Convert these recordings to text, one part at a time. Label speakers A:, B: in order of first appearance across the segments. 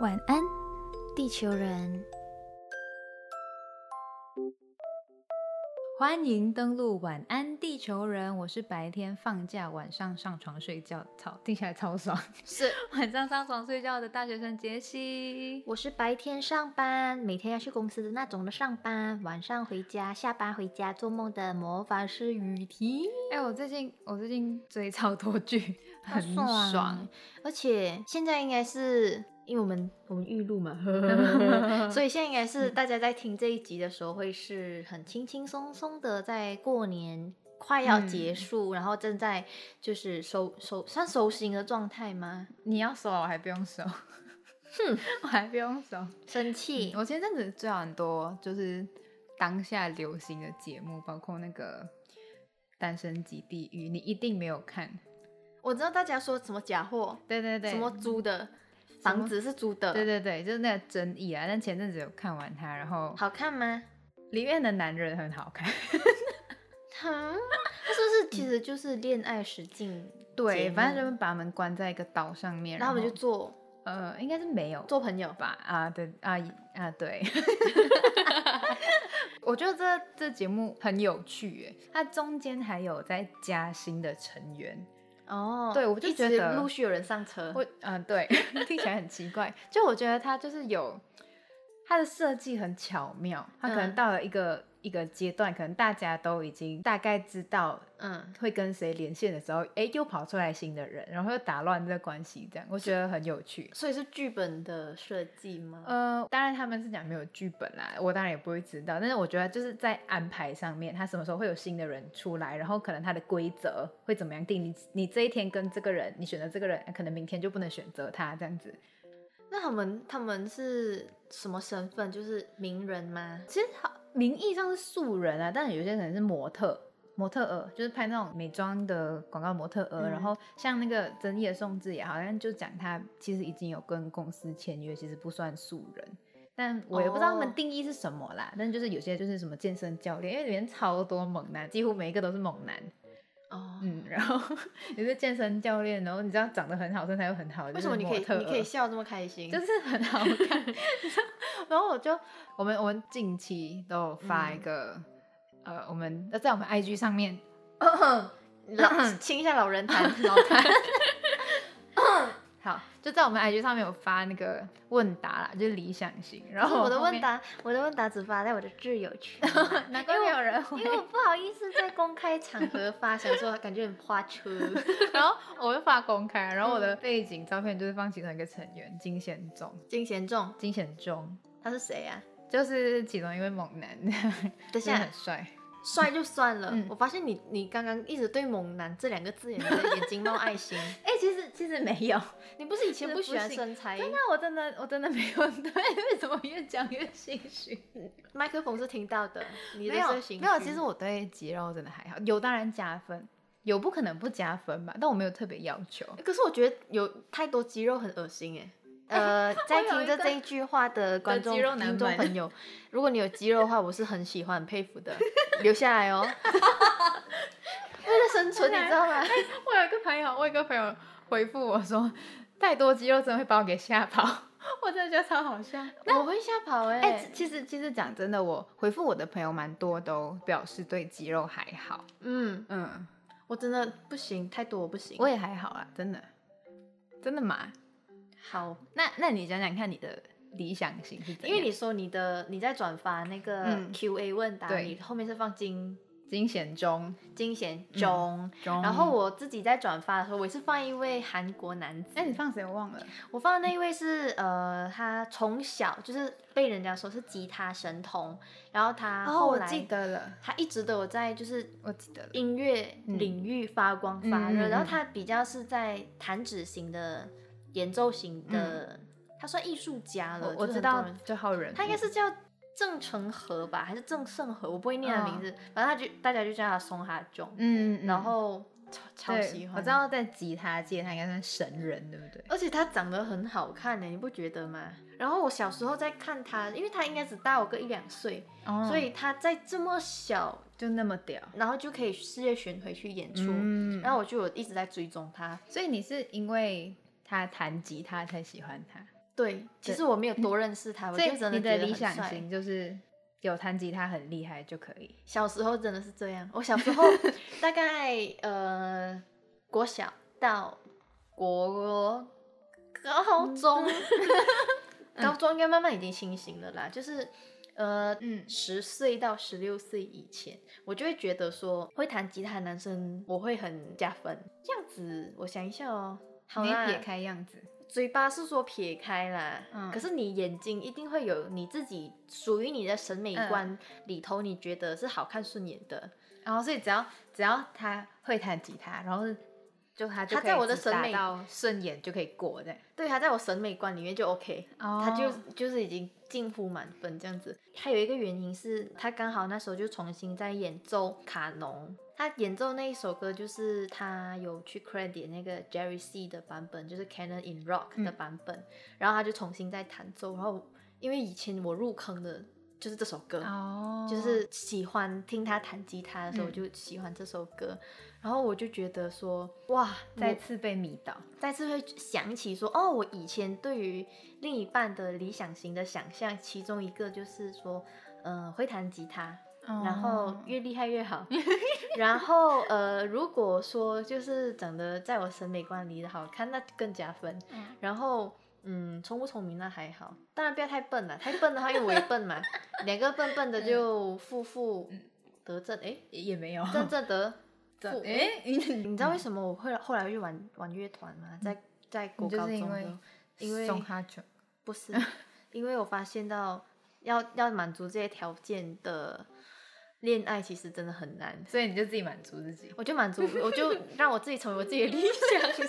A: 晚安，地球人！
B: 欢迎登录晚安地球人，我是白天放假，晚上上床睡觉，操，听起来超爽。
A: 是，
B: 晚上上床睡觉的大学生杰西，
A: 我是白天上班，每天要去公司的那种的上班，晚上回家，下班回家做梦的魔法师雨婷，
B: 哎、我最近我最近追超多剧，
A: 好
B: 很爽。，
A: 而且现在应该是。因为我们我们预录嘛， 呵呵呵所以现在应该是
B: 嗯
A: 大家在听这一集的时候，会是很轻轻松松的，在过年快要结
B: 嗯
A: 束，然后正在就是收收算收心的状态吗？
B: 你要熟啊，我还不用熟，哼， 我还不用熟。
A: 生气，
B: 我前阵子追了很多，就是当下流行的节目，包括那个《单身即地狱》，你一定没有看。
A: 我知道大家说什么假货，
B: 对对对，
A: 什么租的房
B: 么
A: 子是租的，
B: 对对对，就是那个争议啊。但前阵子有看完它，然后
A: 好看吗？
B: 里面的男人很好看，
A: 哼，那是不是其实就是恋爱实境？
B: 对，反正他们把他们关在一个岛上面，
A: 然后我们就做
B: 呃，应该是没有
A: 做朋友，
B: 吧？啊，对啊啊， 对。 我觉得这这节目很有趣耶，它中间还有在加新的成员，
A: 哦，
B: 对我就
A: 一直
B: 觉得
A: 陆续有人上车，
B: 我嗯、对， 听起来很奇怪。就我觉得它就是有它的设计很巧妙，它可能
A: 嗯
B: 到了一个、一个阶段，可能大家都已经大概知道
A: 嗯，
B: 会跟谁连线的时候，哎，又跑出来新的人，然后又打乱这关系，这样我觉得很有趣。
A: 所以是剧本的设计吗？
B: 呃，当然他们是讲没有剧本啦，我当然也不会知道。但是我觉得就是在安排上面，他什么时候会有新的人出来，然后可能他的规则会怎么样定。你你这一天跟这个人，你选择这个人，可能明天就不能选择他这样子。
A: 那他们他们是什么身份？就是名人吗？
B: 其实好，名义上是素人啊，但有些可能是模特。模特儿就是拍那种美妆的广告模特儿，
A: 嗯
B: 然后像那个争议的宋智也好像就讲他其实已经有跟公司签约，其实不算素人，但我也不知道他
A: 哦
B: 们定义是什么啦。但就是有些就是什么健身教练，因为里面超多猛男，几乎每一个都是猛男，
A: 哦，
B: 嗯，然后 有些健身教练，然后你知道长得很好，身材又很好，
A: 为什
B: 就
A: 么
B: 是
A: 你可以
B: 模特
A: 你可以
B: 儿
A: 笑这么开心？
B: 就是很好看。 然后我就我们我们近期都有发一个、呃，我们在我们 IG 上面，
A: 老亲一下老人谈，
B: 老谭，好，就在我们 IG 上面有发那个问答啦，就是理想型。然
A: 然后
B: 后
A: 我的
B: 后
A: 问
B: 面，
A: 答，我的问答只发在我的挚友群啊，
B: 难怪没有人回
A: 因。为我不好意思在公开场合发，想说感觉很花痴。
B: 然后我就发公开，然后我的背景照片就是放其中一个成员金贤重，
A: 金贤重
B: 金贤重
A: 他是谁啊？
B: 就是其中一位猛男， 真的
A: 等下
B: 很，帅。
A: 帅就算了，
B: 嗯
A: 我发现你你刚刚一直对“猛男”这两个字眼你的眼睛冒爱 心，
B: 哎、其实其实没有，
A: 你不是以前
B: 是
A: 不
B: 不
A: 喜欢
B: 行
A: 身材？
B: 真的，啊我真的，我真的没有 对，为什么越讲越心虚？
A: 麦克风是听到的，你的
B: 没有
A: 这个行
B: 没有，其实我对肌肉真的还好，有当然加分，有不可能不加分吧，但我没有特别要 求。
A: 可是我觉得有太多肌肉很恶心 哎。呃，在听着这一句话的观众
B: 肌肉男
A: 听众
B: 们
A: 朋友，如果你有肌肉的话，我是很喜欢、很佩服 的，留下来哦。 为了生存，你知道
B: 啊
A: 吗？
B: 哎我有一个朋友，我有一个朋友回复我说，太多肌肉真的会把我给吓跑， 我真的觉得超好笑。
A: 我会吓跑哎、
B: 哎、其实其实讲真的，我回复我的朋友蛮多都表示对肌肉还好，
A: 嗯，
B: 嗯，
A: 我真的不行，太多我不行。
B: 我也还好啦，真的，真的嘛？
A: 好，
B: 那那你讲讲看你的理想型是怎样？
A: 因为你说你的你在转发那个
B: 嗯
A: Q&A 问答，
B: 对
A: 你后面是放金
B: 金贤中。
A: 金贤
B: 嗯
A: 钟，
B: 中
A: 然后，我自己在转发的时候，我也是放一位韩国男子。
B: 哎、你放谁？我忘了。
A: 我放的那一位是呃，他从小就是被人家说是吉他神童，然后他后
B: 哦我
A: 来、
B: 记得了，
A: 他一直都有在就是
B: 我记得了。嗯
A: 音乐领域发光发
B: 嗯
A: 热，
B: 嗯嗯
A: 然后他比较是在弹指型的、演奏型的，他算艺术家了，
B: 嗯我我
A: 就是
B: 知
A: 很多
B: 道
A: 人
B: 这号人物，
A: 他应该是叫郑成和吧，还是郑胜和？我不会念他名字，反正他就大家就叫他松哈中，
B: 嗯，嗯，嗯
A: 然后超超
B: 对
A: 喜欢，
B: 我知，道在吉他界他应该算神人，对不对？
A: 而且他长得很好看呢，你不觉得吗？然后我小时候在看他，因为他应该只大我个一两岁，
B: 哦
A: 所以他在这么小，
B: 就那么屌。
A: 然后就可以事业巡回去演出，
B: 嗯，
A: 然后我就有一直在追踪他。
B: 所以你是因为他弹吉他才喜欢他？
A: 对，其实我没有多认识他，
B: 嗯
A: 我
B: 所
A: 就
B: 以
A: 真
B: 你
A: 觉得
B: 理
A: 很
B: 想
A: 帅
B: 型就是有弹吉他很厉害就可以。
A: 小时候真的是这样，我 小时候大概呃国小到国高
B: 嗯
A: 中，高中应该慢慢已经清醒了啦，就是呃
B: 嗯
A: 十岁到十六岁以前，我就会觉得说会弹吉他的男生我会很加分，这样子我想一下哦，好
B: 你
A: 啦，
B: 撇开样子，
A: 嘴巴是说撇开啦，
B: 嗯
A: 可是你眼睛一定会有你自己属于你的
B: 嗯
A: 审美观里头，你觉得是好看顺眼的。
B: 然后所以只要只要他会弹吉他，然后就他就
A: 他
B: 可
A: 在
B: 以
A: 我的
B: 只
A: 审
B: 达
A: 美
B: 到顺眼就可以过这样。
A: 对，他在我审美观里面就 OK，、
B: 哦
A: 他就就是已经近乎满分这样子。还有一个原因是他刚好那时候就重新在演奏卡农，他演奏那一首歌就是他有去 credit 那个 Jerry C 的版本，就是 Canon in Rock
B: 嗯
A: 的版本，然后他就重新在弹奏。然后因为以前我入坑的就是这首歌，
B: 哦
A: 就是喜欢听他弹吉他的时候，
B: 嗯
A: 我就喜欢这首歌，然后我就觉得说，哇，
B: 再
A: 再
B: 次被迷倒。
A: 再次会想起说，哦，我以前对于另一半的理想型的想象，其中一个就是说，嗯、会弹吉他，然
B: 哦
A: 后越厉害越好， 然后呃，如果说就是长得在我审美观里的好看，那更加分，
B: 嗯
A: 然后。嗯，聪不聪明那还好，当然不要太笨了，太笨的话，因为我也笨嘛，两个笨笨的就负负
B: 嗯
A: 得正，哎，
B: 也也没有。
A: 正正得负
B: 这，
A: 哎，
B: 哎，你
A: 你知道为什么我会后来去玩玩乐团吗？在在
B: 嗯
A: 国
B: 就
A: 高
B: 是
A: 中
B: 因
A: 的时
B: 为
A: 候，因为
B: 送哈球，
A: 不是因为我发现到要要满足这些条件的恋爱，其实真的很难。
B: 所以你就自己满足自己。
A: 我就满足，我就让我自己成为我自己的理想型。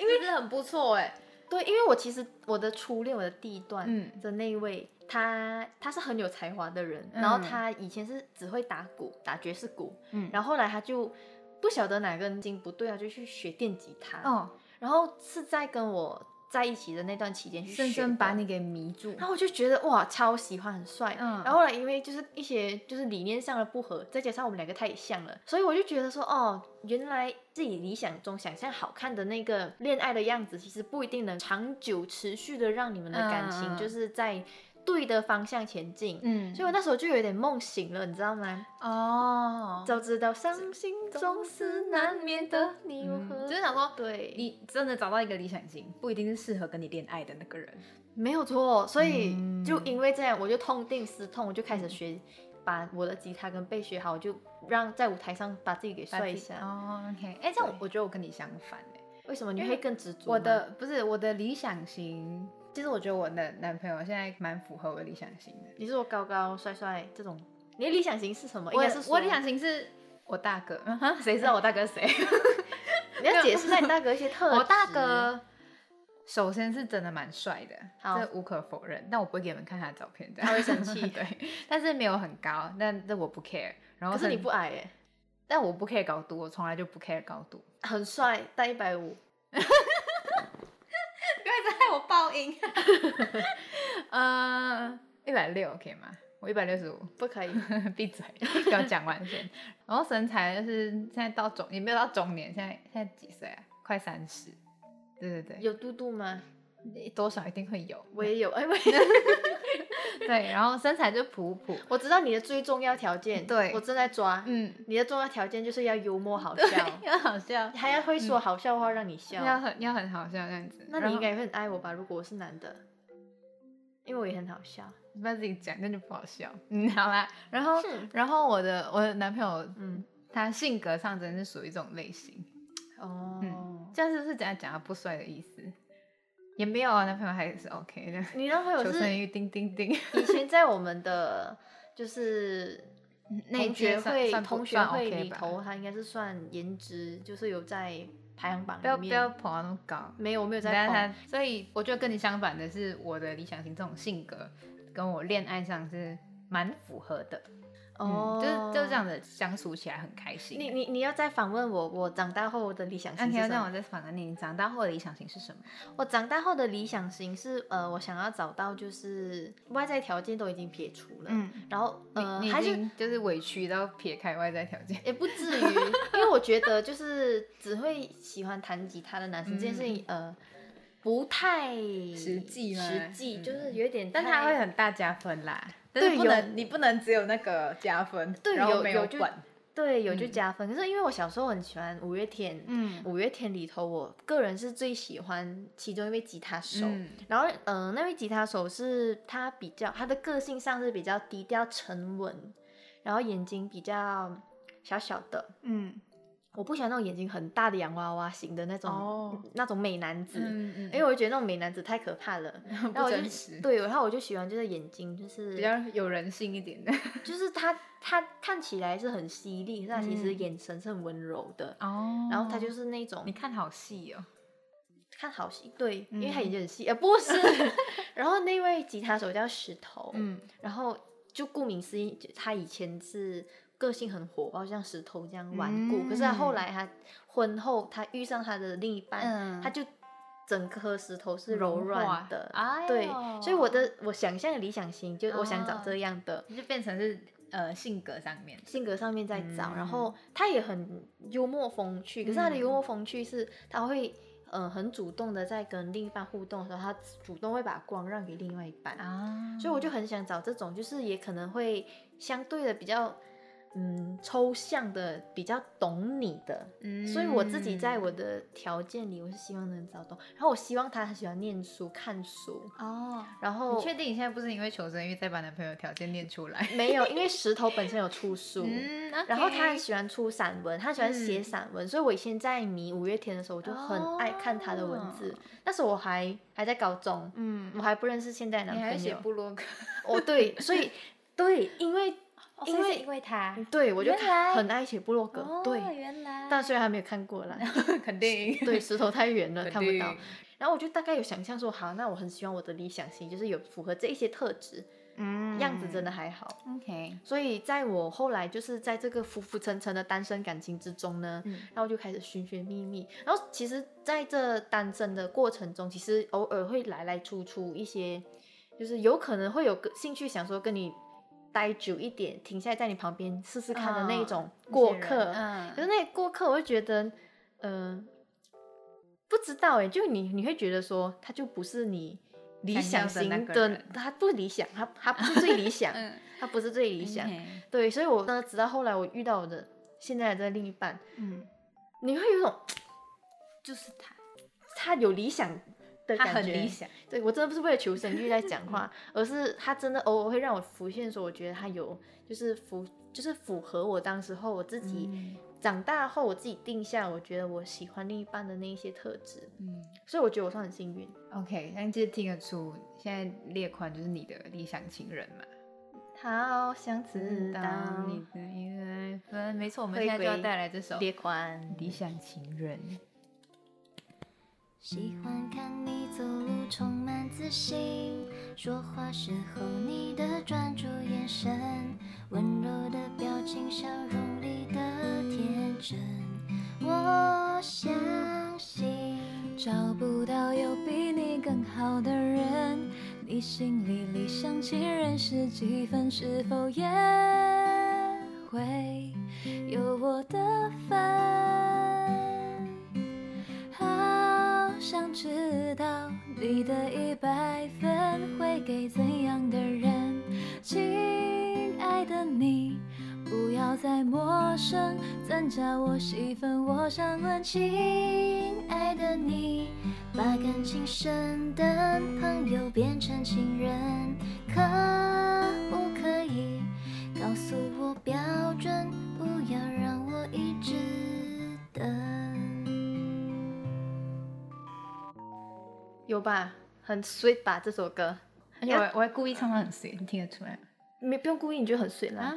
B: 因为这很不错哎。
A: 对，因为我其实我的初恋，我的第一段
B: 嗯
A: 的那一位，他他是很有才华的人，
B: 嗯
A: 然后他以前是只会打鼓，打爵士鼓，
B: 嗯
A: 然后后来他就不晓得哪根筋不对，啊他就去学电吉他，
B: 哦，
A: 然后是在跟我在一起的那段期间去学
B: 深深把
A: 的。
B: 你给迷住
A: 然。后我就觉得哇，超喜欢，很帅。
B: 嗯
A: 然后后来因为就是一些就是理念上的不合，再加上我们两个太像了，所以我就觉得说哦，原来自己理想中想象好看的那个恋爱的样子，其实不一定能长久持续的让你们的感
B: 嗯嗯嗯
A: 情就是在对的方向前进。
B: 嗯
A: 所以我那时候就有点梦醒了，你知道吗？
B: 哦，
A: 早知道伤心总是难免的，你如
B: 嗯
A: 何？
B: 就是想说
A: 对，
B: 你真的找到一个理想型，不一定是适合跟你恋爱的那个人。
A: 没有错，所以
B: 嗯
A: 就因为这样，我就痛定思痛，我就开始学，把我的吉他跟贝学好，我就让在舞台上把自己给帅一下。
B: 哦，OK，哎，这样
A: 对
B: 我觉得我跟你相反哎。
A: 为什么你
B: 因
A: 会
B: 为
A: 更执着吗？
B: 我的不是我的理想型，其实我觉得我的男朋友现在蛮符合我的理想型的。
A: 你是我高高帅帅这种，你的理想型是什么？应
B: 我
A: 该
B: 的
A: 是
B: 我
A: 说
B: 理想，型是我大哥，嗯哼 谁知道我大哥是谁？
A: 你要解释一下你大哥一些特质。
B: 我大，哥首先是真的蛮帅的，
A: 好
B: 这无可否认。但我不会给你们看他的照片，这样
A: 他会生气
B: 对，但是没有很高，但这我不 care。然后
A: 可是你
B: 甚
A: 不，矮哎，
B: 但我不 care 高度，我从来就不 care 高度。
A: 很帅，带一百五，
B: 不要一直害我报应。 呃，一百六可以吗？我一百六十五。
A: 不可以。
B: 闭嘴，给我讲完 先。然后身材就是现在到中，也没有到中年，现在现在几岁啊？快三十。对对
A: 有嘟嘟吗？
B: 对，多少一定会有。
A: 我也有，哎，我也有
B: 对，然后身材就普普。
A: 我知道你的最重要条 件，
B: 对
A: 我正在抓。
B: 嗯，
A: 你的重要条件就是要幽默好
B: 对
A: 笑，
B: 要好笑，
A: 还要会说好笑话让你笑。
B: 要很要很好笑这样子。
A: 那
B: 然后
A: 你应该也会很爱我吧？如果我是男的，因为我也很好笑。
B: 不要自己讲，那就不好笑。 嗯，好啦。然后
A: 是
B: 然后我的我的男朋友，
A: 嗯，
B: 他性格上真的是属于这种类型。
A: 哦，
B: 嗯这样是不是讲讲他不帅的意思？也没有啊，男朋友还是 OK 的。
A: 你男朋友
B: 求生
A: 是
B: 欲叮叮叮。
A: 以前在我们的就是
B: 内
A: 同学
B: 阶算
A: 嗯会
B: 算不
A: 同学
B: 算
A: 会
B: OK
A: 里
B: 吧
A: 头，他应该是算颜值，就是有在排行榜
B: 不要
A: 里
B: 不要
A: 面。
B: 捧到那么高。
A: 没有，我没有在
B: 但
A: 捧。
B: 他，所以我觉得跟你相反的是，我的理想型这种性格，跟我恋爱上是蛮符合的。
A: 哦，
B: 嗯，就是就是这。样的相处起来很开心。
A: 你你你要再反问我，我长大后的理想
B: 那
A: 型
B: 你
A: 是
B: 要
A: 什
B: 让
A: 么？
B: 我再反问你，你长大后的理想型是什么？
A: 我长大后的理想型是，呃，我想要找到就是外在条件都已经撇除了，
B: 嗯，
A: 然后呃，
B: 你你
A: 还
B: 已
A: 是
B: 经就是委屈到撇开外在条件。
A: 也不至于，因为我觉得就是只会喜欢弹吉他的男生这件事情，呃，不太
B: 嗯实际吗
A: 实际
B: 嗯
A: 就是有点 太，
B: 但它会很大加分啦。但
A: 对
B: 是不
A: 有
B: 能，你不能只有那个加分，
A: 对
B: 然
A: 有
B: 后没
A: 有就
B: 管。
A: 对有就
B: 嗯
A: 加分。可是因为我小时候很喜欢五月天，
B: 嗯
A: 五月天里头，我个人是最喜欢其中一位吉他手。
B: 嗯
A: 然后，呃，那位吉他手是他比较，他的个性上是比较低调沉稳，然后眼睛比较小小的。
B: 嗯
A: 我不喜欢那种眼睛很大的洋娃娃型的那种、
B: 哦
A: 那种美男子，
B: 嗯，
A: 因为我觉得那种美男子太可怕了。
B: 嗯
A: 然
B: 不
A: 后我
B: 真
A: 就
B: 实，
A: 对，然后我就喜欢就是眼睛就是
B: 比较有人性一点的。
A: 就是他他看起来是很犀利，但其实
B: 嗯
A: 眼神是很温柔的。
B: 哦
A: 然后他就是那种
B: 你看好细哦，
A: 看好戏，对，因为他
B: 嗯
A: 眼睛很细，呃，不是。然后那位吉他手叫石头，
B: 嗯
A: 然后就顾名思义，就他以前是个性很火爆，像石头这样顽固。可是他后
B: 嗯
A: 来他婚后，他遇上他的另一半，
B: 嗯
A: 他就整颗石头是
B: 融
A: 柔软
B: 化
A: 的，
B: 哎
A: 对。所以我
B: 哟
A: 的我想象的理想型，就我想找
B: 哦
A: 这样的。
B: 就变成是呃性格上面，
A: 性格上面在找，然
B: 嗯
A: 后他也很幽默风趣，可是他的
B: 嗯
A: 幽默风趣是他会呃很主动的在跟另一半互动的时候，他主动会把光让给另外一半，
B: 啊
A: 所以我就很想找这种，就是也可能会相对的比较嗯抽象的，比较懂你的。所以我自己
B: 嗯
A: 在我的条件里，我是希望能找懂，然后我希望他很喜欢念书、看书，
B: 哦，
A: 然后
B: 你确定你现在不是因为求生欲再把男朋友条件念出来？
A: 没有，因为石头本身有出书，
B: 嗯，
A: 然后他很
B: OK
A: 喜欢出散文，他很喜欢写
B: 嗯
A: 散文，所以我以前在迷五月天的时候，我就很爱看他的文字。
B: 哦
A: 那时候我还还在高中，
B: 嗯
A: 我还不认识现在的
B: 你
A: 男
B: 还
A: 朋
B: 写
A: 友。
B: 部落 格，
A: 哦，对，所以对，因为
B: 哦
A: 因
B: 所以
A: 为
B: 是因为他，
A: 对我就
B: 原来
A: 很爱写部落格，
B: 哦，
A: 对，
B: 原来，
A: 但虽然还没有看过啦，
B: 肯定，
A: 对，石头太远了，
B: 肯
A: 看不到
B: 定。嗯
A: 然后我就大概有想象说，好，那我很希望我的理想型就是有符合这一些特质，
B: 嗯
A: 样子真的还好。
B: OK，
A: 所以在我后来就是在这个浮浮沉沉的单身感情之中呢，
B: 嗯
A: 然后就开始寻寻觅觅。然后其实在这单身的过程中，其实偶尔会来来出出一些，就是有可能会有个兴趣想说跟你待久一点，停下来在你旁边试试看的那一
B: 嗯
A: 种
B: 一些
A: 过
B: 人
A: 客。
B: 嗯
A: 可是那过客，我会觉得，嗯、不知道哎，就你你会觉得说，他就不是你理想
B: 想要的
A: 型
B: 那个
A: 的
B: 人，
A: 他不理想，他他不是最理想，
B: 嗯
A: 他不是最理想。
B: OK，
A: 对，所以我呢，直到后来我遇到我的现在的这个另一半，
B: 嗯，
A: 你会有一种
B: 就是他，
A: 他有理想的
B: 他
A: 感觉，
B: 很理。想，
A: 对我真的不是为了求生欲在讲话，而是他真的偶尔会让我浮现说，我觉得他有就是符就是符合我当时候我自己、
B: 嗯
A: 长大后我自己定下，我觉得我喜欢另一半的那一些特质，
B: 嗯。
A: 所以我觉得我算很幸运。
B: OK，那这听得出，现在列宽就是你的理想情人嘛？
A: 好想知
B: 知
A: 道
B: 道你的一个爱分，没错，我们
A: 会
B: 现在就要
A: 归
B: 带来这首《
A: 别宽
B: 理想情人》。
C: 喜欢看你走路充满自信，说话时候你的专注眼神，温柔的表情，笑容里的天真，我相信找不到有比你更好的人。你心里理想情人是几分？是否也会有我的份？好想知道你的一百分会给怎样的人？亲爱的你，不要再陌生，增加我戏份。我想问，亲爱的你，把感情升等，朋友变成情人，可不可以告诉我标准？不要让我一直等。
A: 有吧，很 sweet 吧这首歌，
B: 而且我还我还故意唱到很碎，你听得出来吗？
A: 没不用故意你就很 sweet
B: 啊
A: 啦。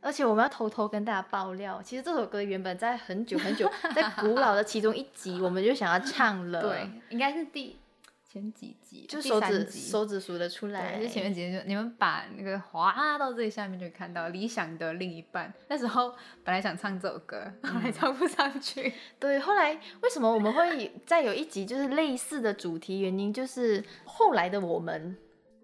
A: 而且我们要偷偷跟大家爆料，其实这首歌原本在很久很久，在古老的其中一集，我们就想要唱了。
B: 对，，应该是第呃前几集，
A: 就
B: 第
A: 手
B: 三
A: 指
B: 集
A: 手指数得出来。
B: 对，就前面几集就你们把那个滑到最下面就可以看到理想的另一半。那时候本来想唱这首歌，
A: 嗯
B: 后来唱不上 去。
A: 对，后来为什么我们会再有一集就是类似的主题？原因就是后来的我们，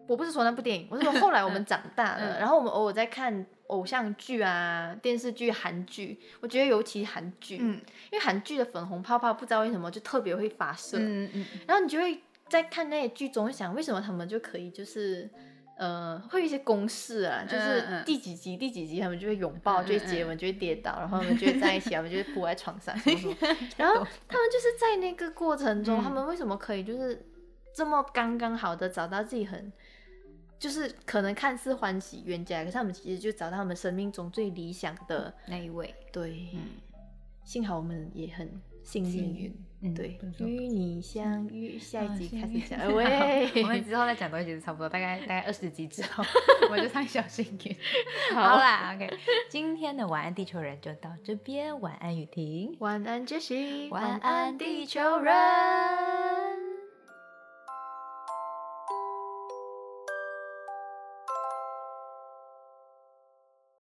A: 我不是说那部电影，我是说后来我们长大了，
B: 嗯
A: 然后我们偶尔在看。偶像剧啊、电视剧、韩剧，我觉得尤其韩剧，
B: 嗯
A: 因为韩剧的粉红泡泡不知道为什么就特别会发射，
B: 嗯嗯嗯
A: 然后你就会在看那些剧总会想，为什么他们就可以就是。呃，会有一些公式啊，就
B: 嗯
A: 是
B: 嗯
A: 第几集、第几集，他们就会拥抱，就会接吻，就会跌倒，然后他们就会在一起，他们就会扑在床上什么什 么。然后他们就是在那个过程中，
B: 嗯
A: 他们为什么可以就是这么刚刚好的找到自己很，就是可能看似欢喜冤家，可是他们其实就找到他们生命中最理想的
B: 那一位，
A: 对。
B: 嗯
A: 幸好我们也很幸
B: 幸
A: 运
B: 运，嗯
A: 对
B: 不，错
A: 与你相遇。下一集开始讲，
B: 啊 好我们
A: 喂，
B: 之后再讲多一集，差不多大概大概二十集之 后，我就唱小幸运。
A: 好
B: 好啦，OK，今天的晚安地球人就到这边，晚安雨婷，
A: 晚安，Jessie，
B: 晚安
C: 地球人。